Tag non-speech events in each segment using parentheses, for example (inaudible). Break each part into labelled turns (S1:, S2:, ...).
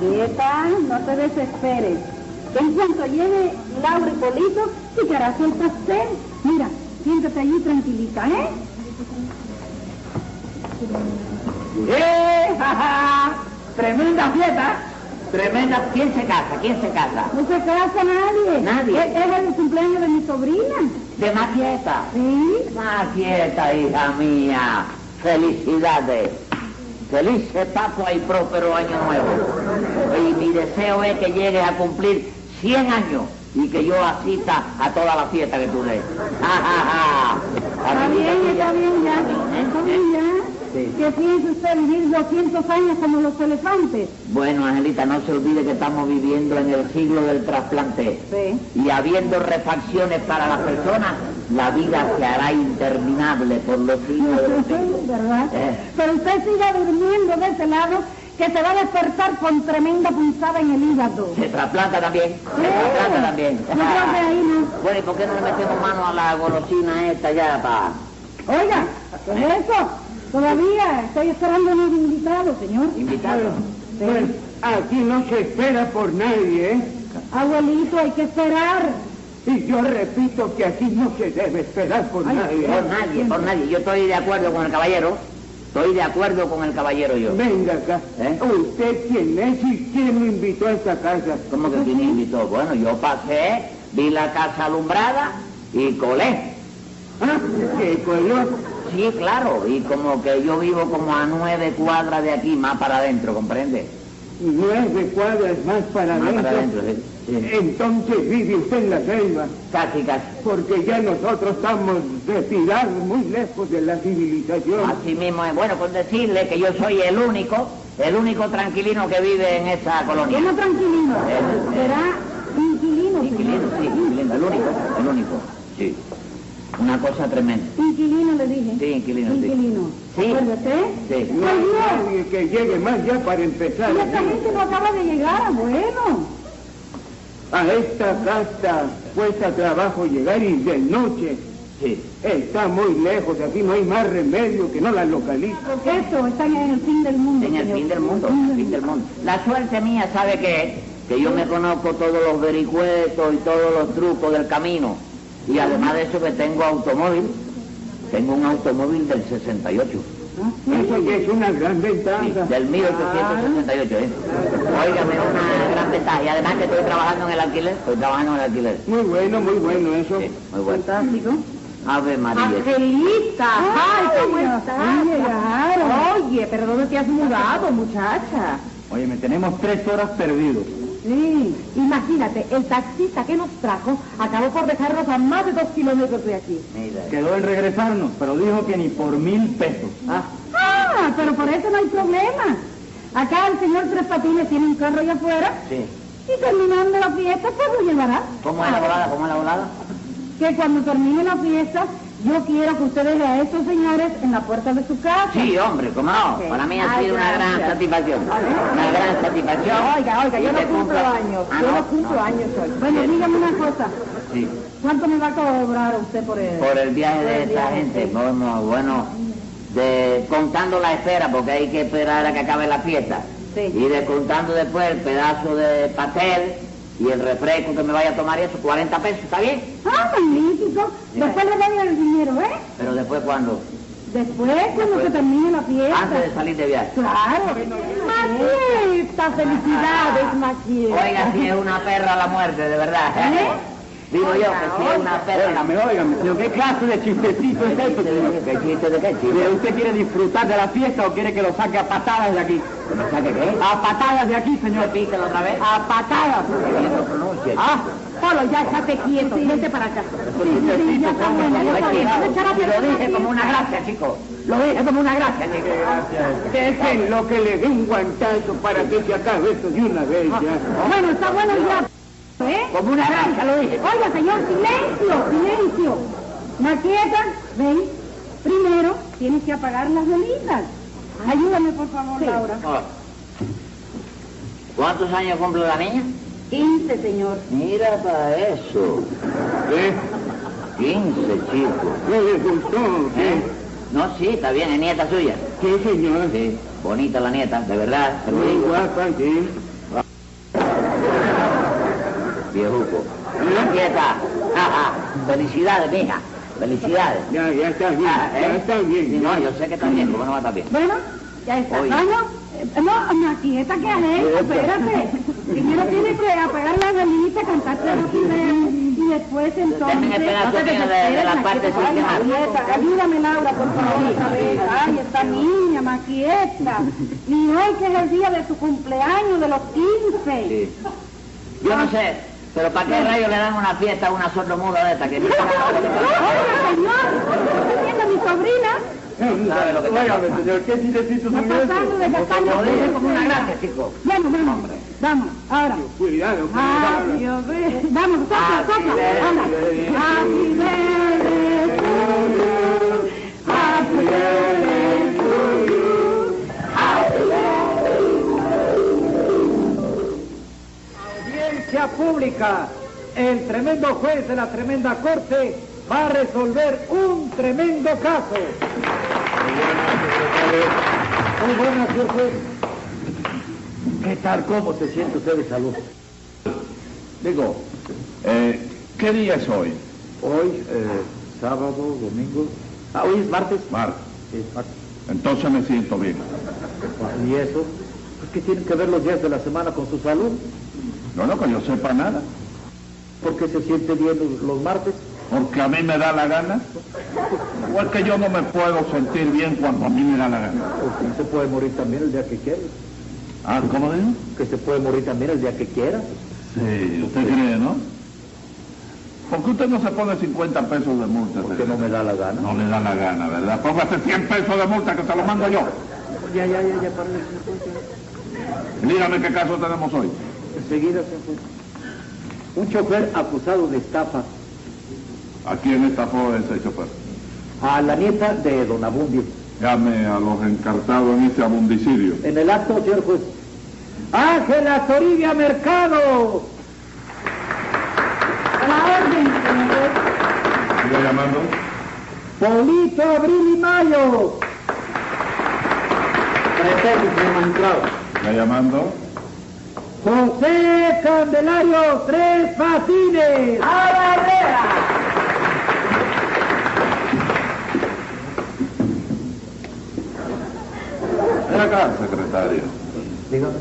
S1: dieta, no te desesperes. En cuanto llegue Laura y Polito, picarás el pastel. Mira, siéntate allí tranquilita, ¿eh?
S2: ¡Eh! ¡Ja, ja! ¡Tremenda fiesta! Tremenda. ¿Quién se casa? ¿Quién se casa?
S1: No se casa nadie.
S2: Nadie.
S1: Es, es el cumpleaños de mi sobrina.
S2: ¿De más fiesta?
S1: ¿Sí?
S2: Más fiesta, hija mía. Felicidades. Feliz Pascua y próspero año nuevo. Y mi deseo es que llegues a cumplir 100 años y que yo asista a toda la fiesta que tú des. ¡Ja, ja, ja!
S1: Está bien,
S2: Amiguita
S1: está
S2: tuya.
S1: bien ya.
S2: ¿Eh?
S1: Está bien ya.
S2: Sí.
S1: ¿Qué piensa usted vivir 200 años como los elefantes?
S2: Bueno, Angelita, no se olvide que estamos viviendo en el siglo del trasplante.
S1: Sí. (laughs)
S2: y habiendo refacciones para las personas, la vida se hará interminable por los siglos de los siglos.
S1: ¿Verdad?
S2: Eh.
S1: Pero usted siga durmiendo de ese lado que se va a despertar con tremenda punzada en el hígado.
S2: Se trasplanta también, se
S1: Eh,
S2: trasplanta también.
S1: No creo que ahí no.
S2: Bueno, ¿y por qué no le metemos mano a la golosina esta ya para...?
S1: Oiga, ¿qué es eso? Todavía estoy esperando unos invitados, señor.
S2: Invitados.
S3: Bueno, aquí no se espera por nadie, ¿eh?
S1: Abuelito, hay que esperar.
S3: Y yo repito que aquí no se debe esperar por nadie. ¿eh?
S2: Por nadie, por nadie. Yo estoy de acuerdo con el caballero, estoy de acuerdo con el caballero yo.
S3: Venga acá.
S2: ¿Eh?
S3: ¿Usted quién es y quién me invitó a esta casa?
S2: ¿Cómo que quién invitó? Bueno, yo pasé, vi la casa alumbrada y colé.
S3: ¿Ah? ¿Qué color?
S2: Sí, claro, y como que yo vivo como a nueve cuadras de aquí, más para adentro, ¿comprende?
S3: Nueve cuadras más para
S2: Más
S3: adentro.
S2: Ah, para adentro, sí. sí.
S3: Entonces vive usted en la selva,
S2: Casi, casi.
S3: porque ya nosotros estamos retirados muy lejos de la civilización.
S2: Así mismo es. Bueno, pues decirle que yo soy el único, el único tranquilino que vive en esa
S1: Que
S2: colonia.
S1: no tranquilino.
S2: Eh, eh.
S1: Será inquilino,
S2: Inquilino, sí,
S1: señor.
S2: inquilino, el único, el único. Sí. Una cosa tremenda.
S1: Inquilino le dije.
S2: Sí, inquilino, sí.
S1: Inquilino.
S2: Sí.
S1: Acuérdate.
S2: Sí.
S3: No hay nadie que llegue más ya para empezar.
S1: Y esta gente no acaba de llegar, abuelo.
S3: A esta casa cuesta trabajo llegar y de noche.
S2: Sí.
S3: Está muy lejos, de aquí no hay más remedio que no la localice.
S1: Porque esto están en el fin del mundo.
S2: En el
S1: señor.
S2: fin del mundo, en el fin del mundo. La suerte mía, ¿sabe qué es? Que yo me conozco todos los vericuetos y todos los trucos del camino. Y además de eso que tengo automóvil, tengo un automóvil del 68.
S1: Ah, sí.
S3: Eso ya es una gran
S2: Sí,
S3: ventaja.
S2: del 1868, ¿eh? Óigame, una gran ventaja. Y además que estoy trabajando en el alquiler, estoy trabajando en el alquiler.
S3: Muy bueno, muy bueno eso.
S2: Sí, muy bueno.
S1: Fantástico.
S2: Ave María.
S4: Angelita, ay, ¿cómo
S1: Dios
S4: estás?
S1: mío, llegaron.
S4: Oye, pero ¿dónde te has mudado, muchacha?
S3: Oye, me tenemos tres horas perdidos.
S1: Sí.
S4: Imagínate, el taxista que nos trajo acabó por dejarnos a más de dos kilómetros de aquí.
S2: Mira.
S3: Quedó en regresarnos, pero dijo que ni por mil pesos.
S2: Ah,
S1: Ah, pero por eso no hay problema. Acá el señor Tres Patines tiene un carro allá afuera
S2: sí.
S1: y terminando la fiesta se lo llevará. Ah,
S2: ¿Cómo es la volada? ¿Cómo es la volada?
S1: Que cuando termine la fiesta, yo quiero que ustedes a estos señores en la puerta de su casa.
S2: Sí, hombre, cómo no.
S4: Sí.
S2: Para mí ha
S4: Ay,
S2: sido una gran
S4: gracias.
S2: satisfacción. Una gran satisfacción.
S4: Oiga, oiga, yo
S2: Y
S4: no
S2: te
S4: cumplo
S2: cumpla-
S4: años,
S2: Ah,
S4: yo
S2: no,
S4: no cumplo
S2: no.
S4: años hoy.
S1: Bueno, dígame una cosa.
S2: Sí.
S1: ¿Cuánto me va a cobrar usted por eso?
S2: Por el viaje
S1: Por
S2: de
S1: el
S2: esta
S1: viaje,
S2: gente,
S1: sí.
S2: bueno, bueno, de, contando la espera, porque hay que esperar a que acabe la fiesta.
S1: Sí.
S2: Y descontando después el pedazo de pastel y el refresco que me vaya a tomar y eso, 40 pesos, ¿está bien?
S1: Ah, magnífico. Después le doy el dinero, ¿eh?
S2: Pero después cuando,
S1: Después, cuando se termine la fiesta.
S2: antes de salir de viaje.
S1: Claro.
S4: Maquita, felicidades, Maquita.
S2: Ah. Oiga, si es una perra la muerte, de verdad.
S1: ¿Eh?
S2: Digo yo que si es una perra la muerte.
S3: Óigame, óigame, pero ¿qué clase de chistecito es esto?
S2: ¿Qué chiste de qué, chico?
S3: ¿Usted quiere disfrutar de la fiesta o quiere que lo saque a patadas de aquí?
S2: ¿Que me saque qué?
S3: A patadas de aquí, señor.
S2: Repítelo otra vez.
S3: A patadas.
S2: Bien lo pronuncia, chico.
S3: Ah,
S4: Polo, ya estate quieto, vete para acá.
S2: Pues Chistecito,
S4: está
S2: ¿cómo?
S4: bueno, ya
S2: No hay
S4: está
S2: que-
S4: bien. Echar a perder
S2: Lo dije
S4: la
S2: como una gracia, chico. Lo dije como una gracia, chico.
S3: dejen lo que le dé un guantazo para que se acabe esto de una vez ya.
S1: Bueno, está bueno ya. ¿Eh?
S2: Como una gracia, lo dije.
S1: Oiga, señor, silencio, silencio. Maqueta, ven. Primero, tienes que apagar las velitas. Ayúdame, por favor, Laura.
S2: ¿Cuántos años cumple la niña?
S1: 15, señor.
S2: Mira para eso.
S3: ¿Eh?
S2: 15, chico.
S3: ¿No le gustó?
S2: ¿Eh?
S3: ¿Eh?
S2: No, sí, está bien, es nieta suya.
S3: Sí, señor.
S2: Sí, bonita la nieta, de verdad. te lo
S3: Muy
S2: digo.
S3: guapa, sí.
S2: viejuco. Aquí está. Felicidades, mija. Felicidades.
S3: Ya, ya está bien,
S2: Ah,
S3: ya
S2: ¿eh?
S3: está
S2: Sí,
S3: bien.
S2: no,
S3: ya.
S2: yo sé que está bien, ¿cómo no va a estar bien?
S1: Bueno, ya está.
S2: Oye.
S1: Vamos. Eh, No, Maquieta, ¿qué has hecho? Espérate. Primero tienes que apagar la velita, cantarte la primero y después entonces...
S2: Déjame esperar que viene de- de la
S1: Espera,
S2: parte
S1: Maquieta, ay,
S2: sindical.
S1: Maquieta, ayúdame Laura, por favor, esta vez. Ay, esta niña, Maquieta. Y hoy que es el día de su cumpleaños, de los 15.
S2: Sí. Yo no sé, pero ¿para qué rayos le dan una fiesta a una sordomuda de esta que ni siquiera-
S1: (laughs) Oiga, señor, está viendo a mi sobrina.
S2: Sabe lo que te
S3: Óigame,
S2: pasa.
S3: señor, ¿qué silencio
S1: Está
S3: son
S1: pasando de
S3: esos?
S1: castaño.
S2: Lo dije como una gracia, chico.
S1: Bueno, vamos, vamos, ahora.
S3: Cuidado,
S1: Happy
S3: cuidado.
S1: birthday. Vamos, sopla,
S2: Happy
S1: sopla. Anda.
S3: birthday.
S1: Happy birthday to you. Happy birthday to you. Happy birthday.
S5: Audiencia pública. El tremendo juez de la tremenda corte va a resolver un tremendo caso.
S3: Muy buenas, señor juez. ¿Qué tal? ¿Cómo se siente usted de salud?
S6: Digo, eh, ¿qué día es hoy?
S3: Hoy, eh, sábado, domingo. Ah, hoy es martes.
S6: Martes.
S3: Es martes.
S6: Entonces me siento bien.
S3: ¿Y eso? Pues, ¿Qué tienen que ver los días de la semana con su salud?
S6: No, no que yo sepa nada.
S3: ¿Por qué se siente bien los- los martes?
S6: Porque a mí me da la gana. Igual que yo no me puedo sentir bien cuando a mí me da la gana.
S3: Porque se puede morir también el día que quiera.
S6: Ah, ¿cómo digo?
S3: Que se puede morir también el día que quiera.
S6: Sí, usted cree, ¿no? ¿Por qué usted no se pone 50 pesos de multa?
S3: Porque no
S6: señor?
S3: me da la gana.
S6: No le da la gana, ¿verdad? Póngase 100 pesos de multa que se lo mando yo.
S3: Ya, ya, ya, ya, para
S6: Dígame qué caso tenemos hoy.
S3: Enseguida se fue. Un chofer acusado de estafa
S6: ¿A quién estafó ese chofer?
S3: a la nieta de Don Abundio.
S6: Llame a los encartados en este abundicidio.
S3: En el acto, señor juez.
S5: Ángela Toribia Mercado.
S1: A la orden, señor.
S6: ¿Sigue llamando?
S5: Polito Abril y Mayo.
S6: ¿Sigue llamando?
S5: José Candelario Tres Patines.
S3: Ah,
S6: Ven acá, secretario.
S3: Dígame.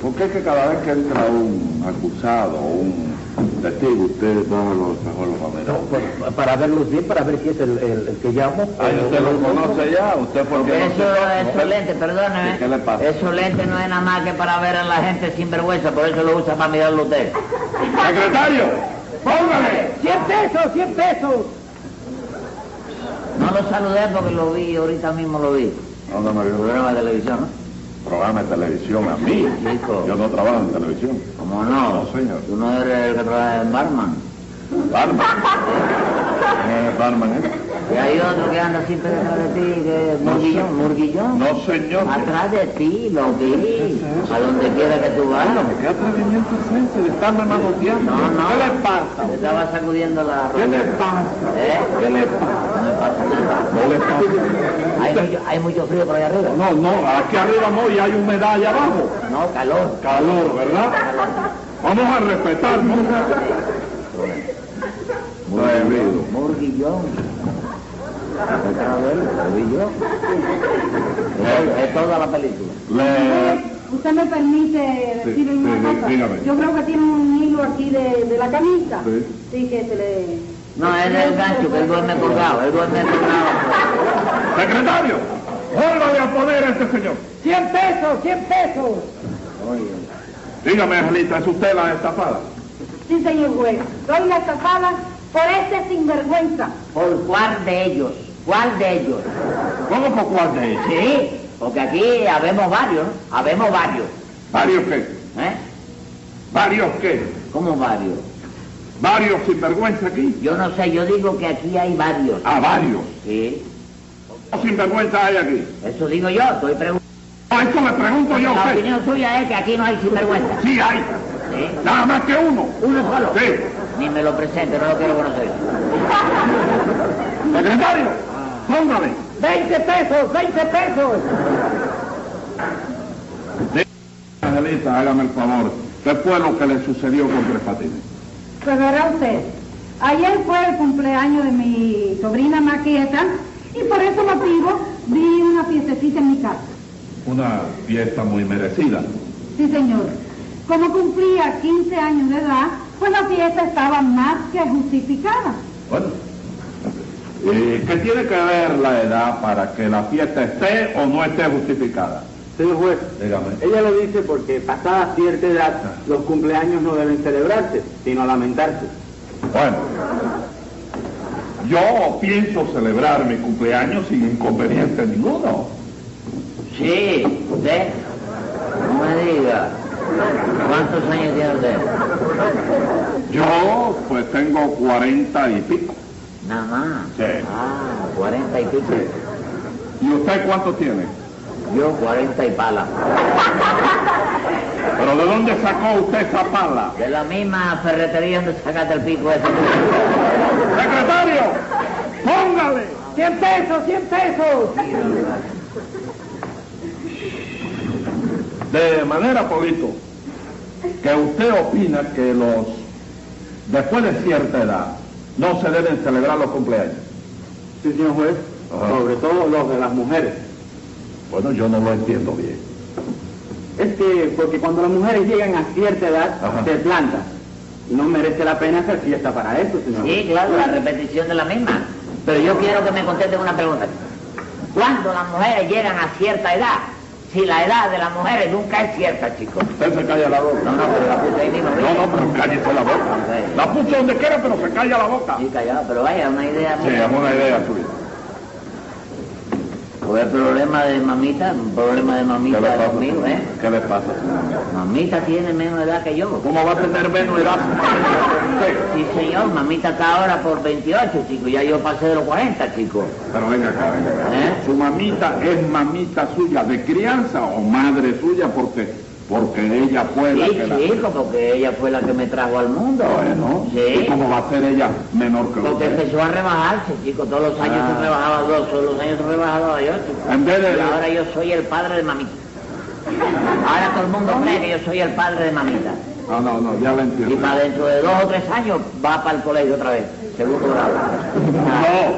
S6: ¿Por qué es que cada vez que entra un acusado o un testigo, usted va a los mejor los
S3: No,
S6: camerones?
S3: pa- para verlos bien, para ver si es el, el- el que llamo.
S6: Ay,
S3: o-
S6: Ah, usted
S3: o-
S6: lo
S3: o-
S6: conoce ya, usted porque no
S2: Eso,
S6: se-
S2: esos lentes, perdóneme.
S6: ¿Qué le pasa?
S2: Esos lentes no es nada más que para ver a la gente sin vergüenza, por eso lo usa para mirarlo usted.
S6: ¡Secretario! ¡Póngale!
S5: 100 pesos, 100 pesos.
S2: No lo saludé porque lo vi, ahorita mismo lo vi.
S6: ¿Dónde me vio?
S2: Programa de televisión, ¿no?
S6: Programa de televisión a mí.
S2: Chico.
S6: Yo no trabajo en televisión.
S2: ¿Cómo no?
S6: No, señor.
S2: Tú no eres el que trabaja en barman.
S6: Barman. No es barman, ¿eh?
S2: Y hay otro que anda siempre detrás de ti, que es
S6: No,
S2: Murguillón,
S6: señor.
S2: Murguillón.
S6: No, señor.
S3: Ah,
S2: Atrás de ti, lo vi. A donde quiera que tú vayas.
S6: ¿Qué atrevimiento es ese de estarme manoteando?
S2: No, no.
S6: ¿Qué le pasa?
S2: Te estaba sacudiendo la ropa.
S6: ¿Qué le pasa?
S2: ¿Eh?
S6: ¿Qué le pasa?
S2: No me pasa nada.
S6: No le pasa.
S2: Hay mucho, hay mucho frío por ahí arriba.
S6: No, no, aquí arriba no y hay humedad allá abajo.
S2: No, calor.
S6: Calor, ¿verdad? Vamos a respetarnos. Prohibido.
S2: Murguillón. Otra vez, lo vi yo. Es, es toda la película.
S6: Le...
S1: Usted me permite
S6: Sí,
S1: decirle
S6: sí,
S1: una cosa.
S6: dígame.
S1: Yo creo que tiene un hilo aquí de, de la camisa.
S6: Sí.
S1: que se le.
S2: No, es del gancho, que él duerme colgado. Él duerme colgado.
S6: Secretario, vuélvale a poner a este señor.
S5: 100 pesos, 100 pesos.
S6: Dígame, Angelita, ¿es usted la estafada?
S1: Sí, señor juez. Soy la estafada por este sinvergüenza.
S2: ¿Por cuál de ellos? ¿Cuál de ellos?
S6: ¿Cómo por cuál de ellos?
S2: Sí, porque aquí habemos varios, ¿no? Habemos varios.
S6: ¿Varios qué?
S2: ¿Eh?
S6: ¿Varios qué?
S2: ¿Cómo varios?
S6: ¿Varios sinvergüenza aquí?
S2: Yo no sé, yo digo que aquí hay varios.
S6: A varios.
S2: Sí,
S6: ¿Cuántos sinvergüenza hay aquí?
S2: eso digo yo, estoy preguntando.
S6: No, esto le pregunto yo a
S2: La
S6: usted.
S2: opinión suya es que aquí no hay sinvergüenza.
S6: Sí hay.
S2: ¿Sí?
S6: Nada más que uno.
S2: ¿Uno solo?
S6: Sí.
S2: Ni me lo presente, no lo quiero conocer.
S6: Secretario, póngale.
S5: 20 pesos, 20 pesos.
S6: Angelita, hágame el favor. ¿Qué fue lo que le sucedió con Tres Patines?
S1: Pues verá usted, ayer fue el cumpleaños de mi sobrina Maqueta y por ese motivo di una fiestecita en mi casa.
S6: Una fiesta muy merecida.
S1: Sí, señor. Como cumplía 15 años de edad, pues la fiesta estaba más que justificada.
S6: Bueno. Eh, ¿Qué tiene que ver la edad para que la fiesta esté o no esté justificada?
S3: Señor juez, Ah.
S6: Dígame.
S3: ella lo dice porque pasada cierta edad los cumpleaños no deben celebrarse, sino lamentarse.
S6: Bueno, yo pienso celebrar mi cumpleaños sin inconveniente ninguno.
S2: Sí, ¿ve? No me diga. ¿Cuántos años tiene usted?
S6: Yo pues tengo cuarenta y pico.
S2: Nada más.
S6: Sí.
S2: Ah, cuarenta y pico.
S6: ¿Y usted cuánto tiene?
S2: Yo cuarenta y pala.
S6: ¿Pero de dónde sacó usted esa pala?
S2: De la misma ferretería donde sacaste el pico ese.
S6: ¡Secretario! ¡Póngale!
S5: ¡Cien pesos, cien pesos!
S6: De manera, Polito, que usted opina que los después de cierta edad no se deben celebrar los cumpleaños.
S3: Sí, señor juez,
S6: Ajá.
S3: sobre todo los de las mujeres.
S6: Bueno, yo no lo entiendo bien.
S3: Es que porque cuando las mujeres llegan a cierta edad
S6: Ajá.
S3: se plantan. No merece la pena hacer fiesta para eso, señor
S2: Sí,
S3: juez.
S2: claro, la repetición de la misma. Pero yo quiero que me contesten una pregunta. ¿Cuándo las mujeres llegan a cierta edad? Si la edad de las mujeres nunca es cierta, chicos.
S6: Usted se calla la boca.
S2: No, no, pero la puse ahí mismo.
S6: No, no, pero cállese la boca. La puso donde quiera, pero se calla la boca.
S2: Sí, callado, pero vaya, una idea
S6: Sí,
S2: mía.
S6: es una idea suya.
S2: Pues el problema de mamita, un problema de mamita conmigo, ¿eh?
S6: ¿Qué le pasa, señor?
S2: Mamita tiene menos edad que
S6: (laughs)
S2: yo.
S6: ¿Cómo va a tener menos edad? Sí.
S2: Sí, señor, mamita está ahora por 28, chico. Ya yo pasé de los 40, chico.
S6: Pero venga acá, venga acá.
S2: ¿Eh?
S6: ¿Su mamita es mamita suya de crianza o madre suya porque, porque ella fue la
S2: Sí,
S6: que la...
S2: chico, porque ella fue la que me trajo al mundo.
S6: Bueno, ¿y
S2: Sí.
S6: cómo va a ser ella menor que
S2: Porque
S6: usted?
S2: empezó a rebajarse, chico. Todos los años
S6: Ah.
S2: se rebajaba dos, todos los años se rebajaba yo, chico.
S6: En vez de-
S2: Y ahora yo soy el padre de mamita. Ahora todo el mundo cree que yo soy el padre de mamita.
S6: No, Ah, no, no, ya la
S2: Y
S6: entiendo.
S2: para dentro de dos o tres años va para el colegio otra vez. Segundo grado. Ah,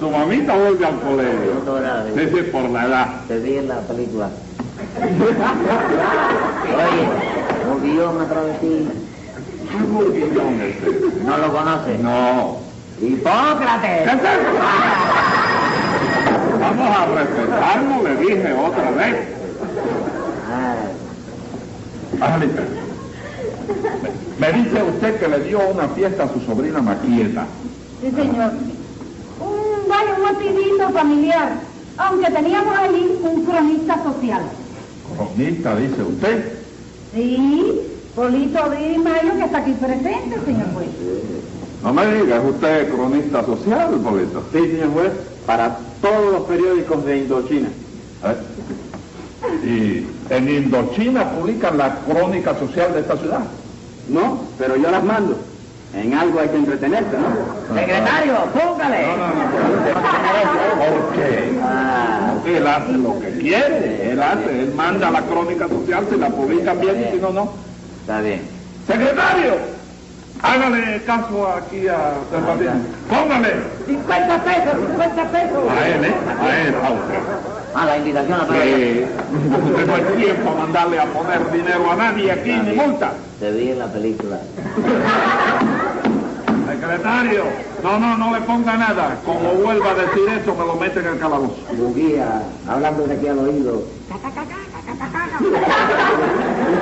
S6: No, su mamita vuelve al colegio.
S2: Segundo grado.
S6: Sí, sí, por la edad.
S2: Te vi en la película. Oye, Morguillón, otra vez sí.
S6: ¿Qué burguillón es ese?
S2: No lo conoces.
S6: eh. No. ¿Qué es
S2: ¡Hipócrates!
S6: eso? Vamos a respetarnos, le dije otra vez.
S2: Ay,
S6: Angelita, pues. me me dice usted que le dio una fiesta a su sobrina Maquieta.
S1: Sí, señor. Un, vaya, un motivito familiar, aunque teníamos ahí un cronista social.
S6: Cronista, dice usted.
S1: Sí, Polito Abril Mayo, que está aquí presente, señor juez.
S6: No me diga, es usted cronista social, Polito.
S3: Sí, señor juez, para todos los periódicos de Indochina.
S6: ¿Eh? Y en Indochina publican la crónica social de esta ciudad.
S3: No, pero yo las mando. En algo hay que entretenerse, ¿no?
S2: Secretario, póngale.
S6: No, no, no. ¿Por qué?
S2: Ah,
S6: Él hace lo que quiere, él hace, él manda la crónica social, si la publican bien y si no, no.
S2: está bien.
S6: Secretario, hágale caso aquí a Salvatín. Póngale.
S5: 50 pesos, 50 pesos.
S6: A él, ¿eh? A él, a usted.
S2: Ah, la invitación la pagué.
S6: Eh, usted no hay tiempo a mandarle a poner dinero a nadie aquí, ni multa.
S2: Te vi en la película.
S6: Secretario, no, no, no le ponga nada. Como vuelva a decir eso, me lo meten en el calabozo.
S2: Buguía, hablando de aquí al oído.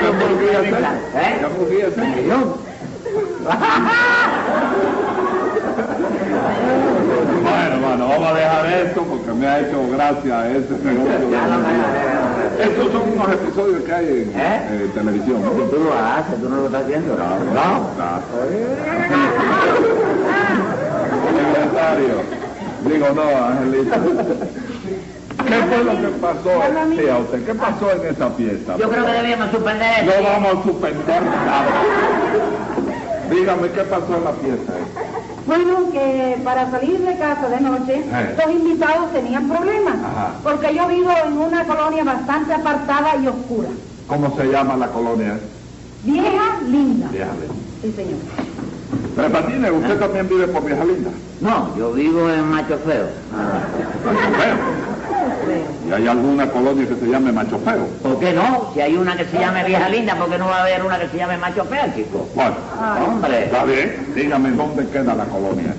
S6: ¿Qué burguía es esa?
S2: ¿Eh?
S6: ¿Qué burguía es esa? Bueno, bueno, vamos a dejar esto porque me ha hecho gracia ese negocio. Estos son unos episodios que hay en
S2: ¿Eh?
S6: eh, televisión. ¿no?
S2: Tú lo haces, tú no lo estás viendo. No,
S6: Ah. Secretario. Digo, no, Angelita. ¿Qué fue lo que pasó? Sí, a usted, ¿qué pasó en esa fiesta?
S2: Yo creo que debíamos suspender
S6: No
S2: esto.
S6: vamos a suspender nada. Dígame, ¿qué pasó en la fiesta?
S1: Bueno, que para salir de casa de noche,
S6: Eh.
S1: los invitados tenían problemas,
S6: Ajá.
S1: porque yo vivo en una colonia bastante apartada y oscura.
S6: ¿Cómo se llama la colonia?
S1: Vieja, linda.
S6: Déjale.
S1: Sí, señor.
S6: Tres Patines, usted también vive por Vieja Linda.
S2: No, yo vivo en Macho Feo. Ah.
S6: Macho Feo. ¿Y hay alguna colonia que se llame Macho Feo?
S2: ¿Por qué no? Si hay una que se llame Vieja Linda, ¿por qué no va a haber una que se llame Macho Feo, chico?
S6: Bueno,
S2: Ah. hombre.
S6: está bien. Dígame dónde queda la colonia.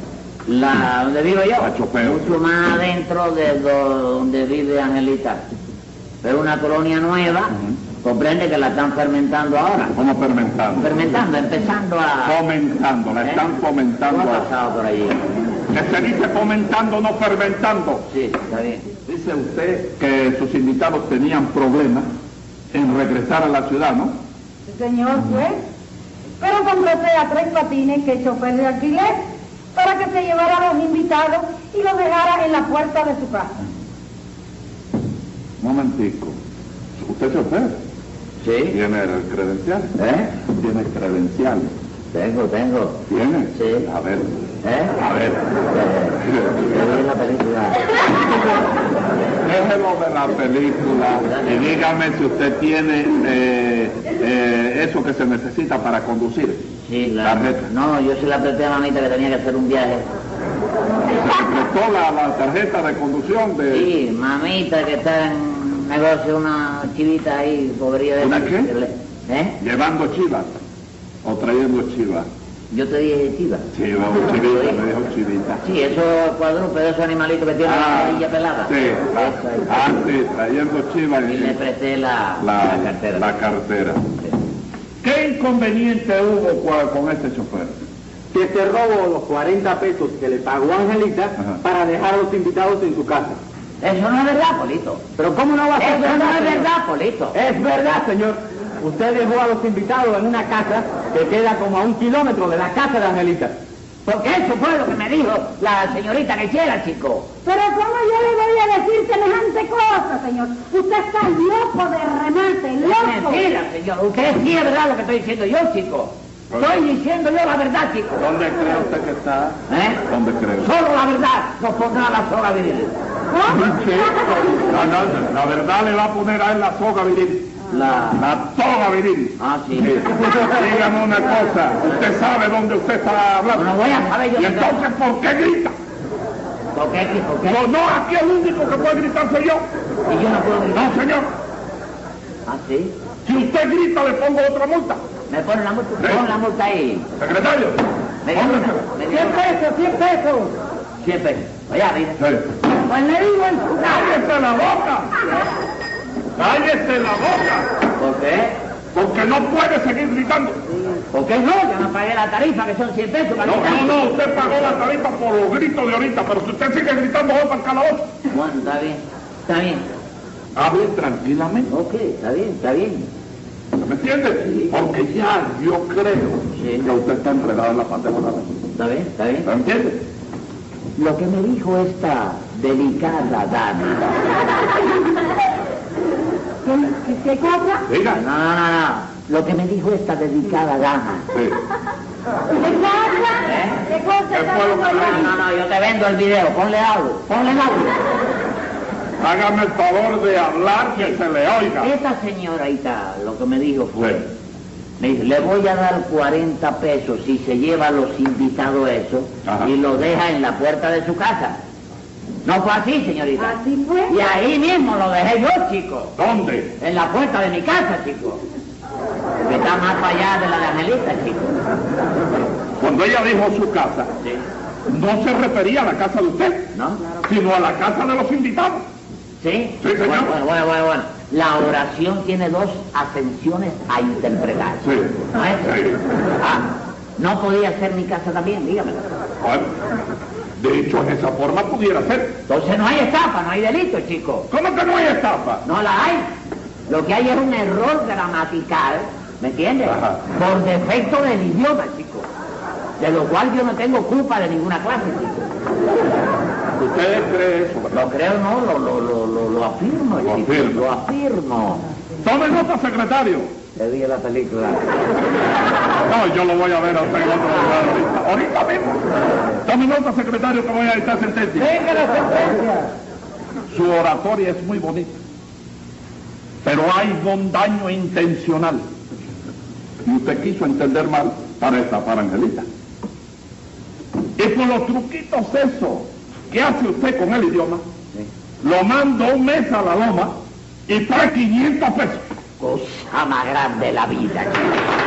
S2: La donde vivo yo.
S6: Macho Feo.
S2: Mucho más adentro de do- donde vive Angelita. Pero una colonia nueva, comprende que la están fermentando ahora.
S6: ¿Cómo fermentando?
S2: Fermentando, empezando a...
S6: Fomentando, la están
S2: ¿Cómo
S6: fomentando.
S2: ha
S6: ahora.
S2: pasado por allí?
S6: Que se dice fomentando, no fermentando.
S2: Sí, está bien.
S6: Dice usted que sus invitados tenían problemas en regresar a la ciudad, ¿no?
S1: Señor juez, pero contraté a tres patines que es chofer de alquiler para que se llevara a los invitados y los dejara en la puerta de su casa.
S6: Momentico. Usted se ofrece.
S2: ¿Sí?
S6: Tiene el credencial.
S2: ¿Eh?
S6: Tiene credenciales.
S2: Tengo, tengo.
S6: ¿Tiene?
S2: Sí.
S6: A ver.
S2: ¿Eh?
S6: A ver.
S2: Yo vi la película.
S6: Déjelo de la película y dígame si usted tiene eh, eh, eso que se necesita para conducir.
S2: Sí, la...
S6: Tarjeta.
S2: No, yo se la presté a mamita que tenía que hacer un viaje.
S6: Se le prestó la, la tarjeta de conducción de...
S2: Sí, mamita que está en negocio, una chivita ahí, podría
S6: ¿Una qué?
S2: ¿Eh?
S6: Llevando chivas o trayendo chivas.
S2: Yo te dije chiva.
S6: Chiva, o chivita, me dijo chivita.
S2: Sí, esos cuadrúpedos, esos animalitos que tienen la varilla pelada.
S6: Ah, sí,
S2: Esa
S6: la-
S2: ahí.
S6: ah, sí, trayendo chivas
S2: Y le
S6: en
S2: presté la,
S6: la,
S2: la cartera.
S6: la cartera. ¿Qué inconveniente hubo cua- con este chofer?
S7: que se robó los 40 pesos que le pagó Angelita
S6: Ajá.
S7: para dejar a los invitados en su casa.
S2: Eso no es verdad, Polito.
S7: Pero ¿cómo no va a ser
S2: Eso no es
S6: (laughs)
S7: señor?
S2: verdad, Polito.
S7: Es verdad, señor. Usted dejó a los invitados en una casa que queda como a un kilómetro de la casa de Angelita.
S2: Porque eso fue lo que me dijo la señorita que quiera, chico.
S1: Pero ¿cómo yo le voy a decir semejante cosa, señor? Usted está loco de remate,
S2: Es
S1: loco.
S2: Mentira, señor. Usted sí es verdad lo que estoy diciendo yo, chico. Estoy diciendo yo la verdad, chico.
S6: ¿Dónde cree usted que está?
S2: ¿Eh?
S6: ¿Dónde cree usted?
S2: Solo la verdad nos pondrá la sola viril.
S6: No, no, la verdad le va a poner a él la soga viril.
S2: La...
S6: La soga viril.
S2: Ah, sí.
S6: Sí. Dígame una cosa, usted sabe dónde usted está hablando.
S2: No voy a saber yo.
S6: ¿Y entonces por qué grita?
S2: ¿Por qué, chico? ¿Qué?
S6: No, no, aquí el único que puede gritar soy yo.
S2: Y yo no puedo gritar.
S6: No, señor.
S2: ¿Ah, sí?
S6: Si usted grita, le pongo otra multa.
S2: Me pone la multa, pon la multa ahí.
S6: Secretario,
S2: Me dio una,
S6: póngasela.
S2: me dio
S5: 100
S2: una.
S5: pesos, 100 pesos.
S2: Siempre. Oye, mira.
S6: Sí.
S2: Pues le digo en su cara.
S6: ¡Cállese la boca! ¡Cállese la boca!
S2: ¿Por qué?
S6: Porque no puede seguir gritando.
S2: ¿Por qué no? Yo no pagué la tarifa, que son 100 pesos.
S6: No,
S2: manita.
S6: no, no, usted pagó la tarifa por los gritos de ahorita, pero si usted sigue gritando, va para el calabozo.
S2: Bueno, está bien. Está bien.
S6: Hable tranquilamente,
S2: Ok, está bien, está bien.
S6: ¿me entiende? Porque ya yo creo
S2: Sí.
S6: que usted está enredado en la pategola.
S2: Está bien, está bien.
S6: ¿Me entiende?
S2: Lo que me dijo esta delicada dama.
S1: ¿Qué, qué cosa?
S2: No,
S6: Diga.
S2: no, no, no. Lo que me dijo esta dedicada dama.
S6: Sí.
S1: ¿Qué cosa? ¿Qué cosa?
S6: ¿Qué fue lo que le
S2: No,
S6: dijo?
S2: no, no, yo te vendo el video. Ponle audio. Ponle el audio.
S6: Hágame el favor de hablar que se le oiga.
S2: Esta señorita lo que me dijo fue,
S6: Sí.
S2: me dice, le voy a dar 40 pesos si se lleva a los invitados eso
S6: Ajá.
S2: y los deja en la puerta de su casa. No fue así, señorita.
S1: Así fue.
S2: Y ahí mismo lo dejé yo, chico.
S6: ¿Dónde?
S2: En la puerta de mi casa, chico. Que está más para allá de la de Angelita, chico.
S6: Cuando ella dijo su casa,
S2: Sí.
S6: no se refería a la casa de usted,
S2: ¿No?
S6: sino a la casa de los invitados.
S2: ¿Sí?
S6: Sí, señor.
S2: Bueno, bueno, bueno, bueno, bueno. La oración tiene dos ascensiones a interpretar.
S6: Sí.
S2: ¿No es?
S6: Sí.
S2: Ah, no podía ser mi casa también, dígamelo.
S6: Bueno, de hecho, en esa forma pudiera ser.
S2: Entonces no hay estafa, no hay delito, chico.
S6: ¿Cómo que no hay estafa?
S2: No la hay. Lo que hay es un error gramatical, ¿me entiendes?
S6: Ajá.
S2: Por defecto del idioma, chico. De lo cual yo no tengo culpa de ninguna clase, chico.
S6: Usted cree eso, ¿verdad?
S2: Lo creo, no, lo, lo, lo, lo, lo afirmo,
S6: Lo
S2: chico.
S6: afirmo.
S2: Lo afirmo.
S6: Tome nota, secretario.
S2: Te vi en la película.
S6: No, yo lo voy a ver a usted en otro lugar ahorita. Ahorita mismo. Tome nota, secretario, que voy a dictar sentencia.
S5: Venga la sentencia.
S6: Su oratoria es muy bonita, pero hay un daño intencional. Y usted quiso entender mal para estafar a Angelita. Y por los truquitos esos que hace usted con el idioma, lo mando un mes a la loma y trae 500 pesos.
S2: Cosa más grande de la vida, chico.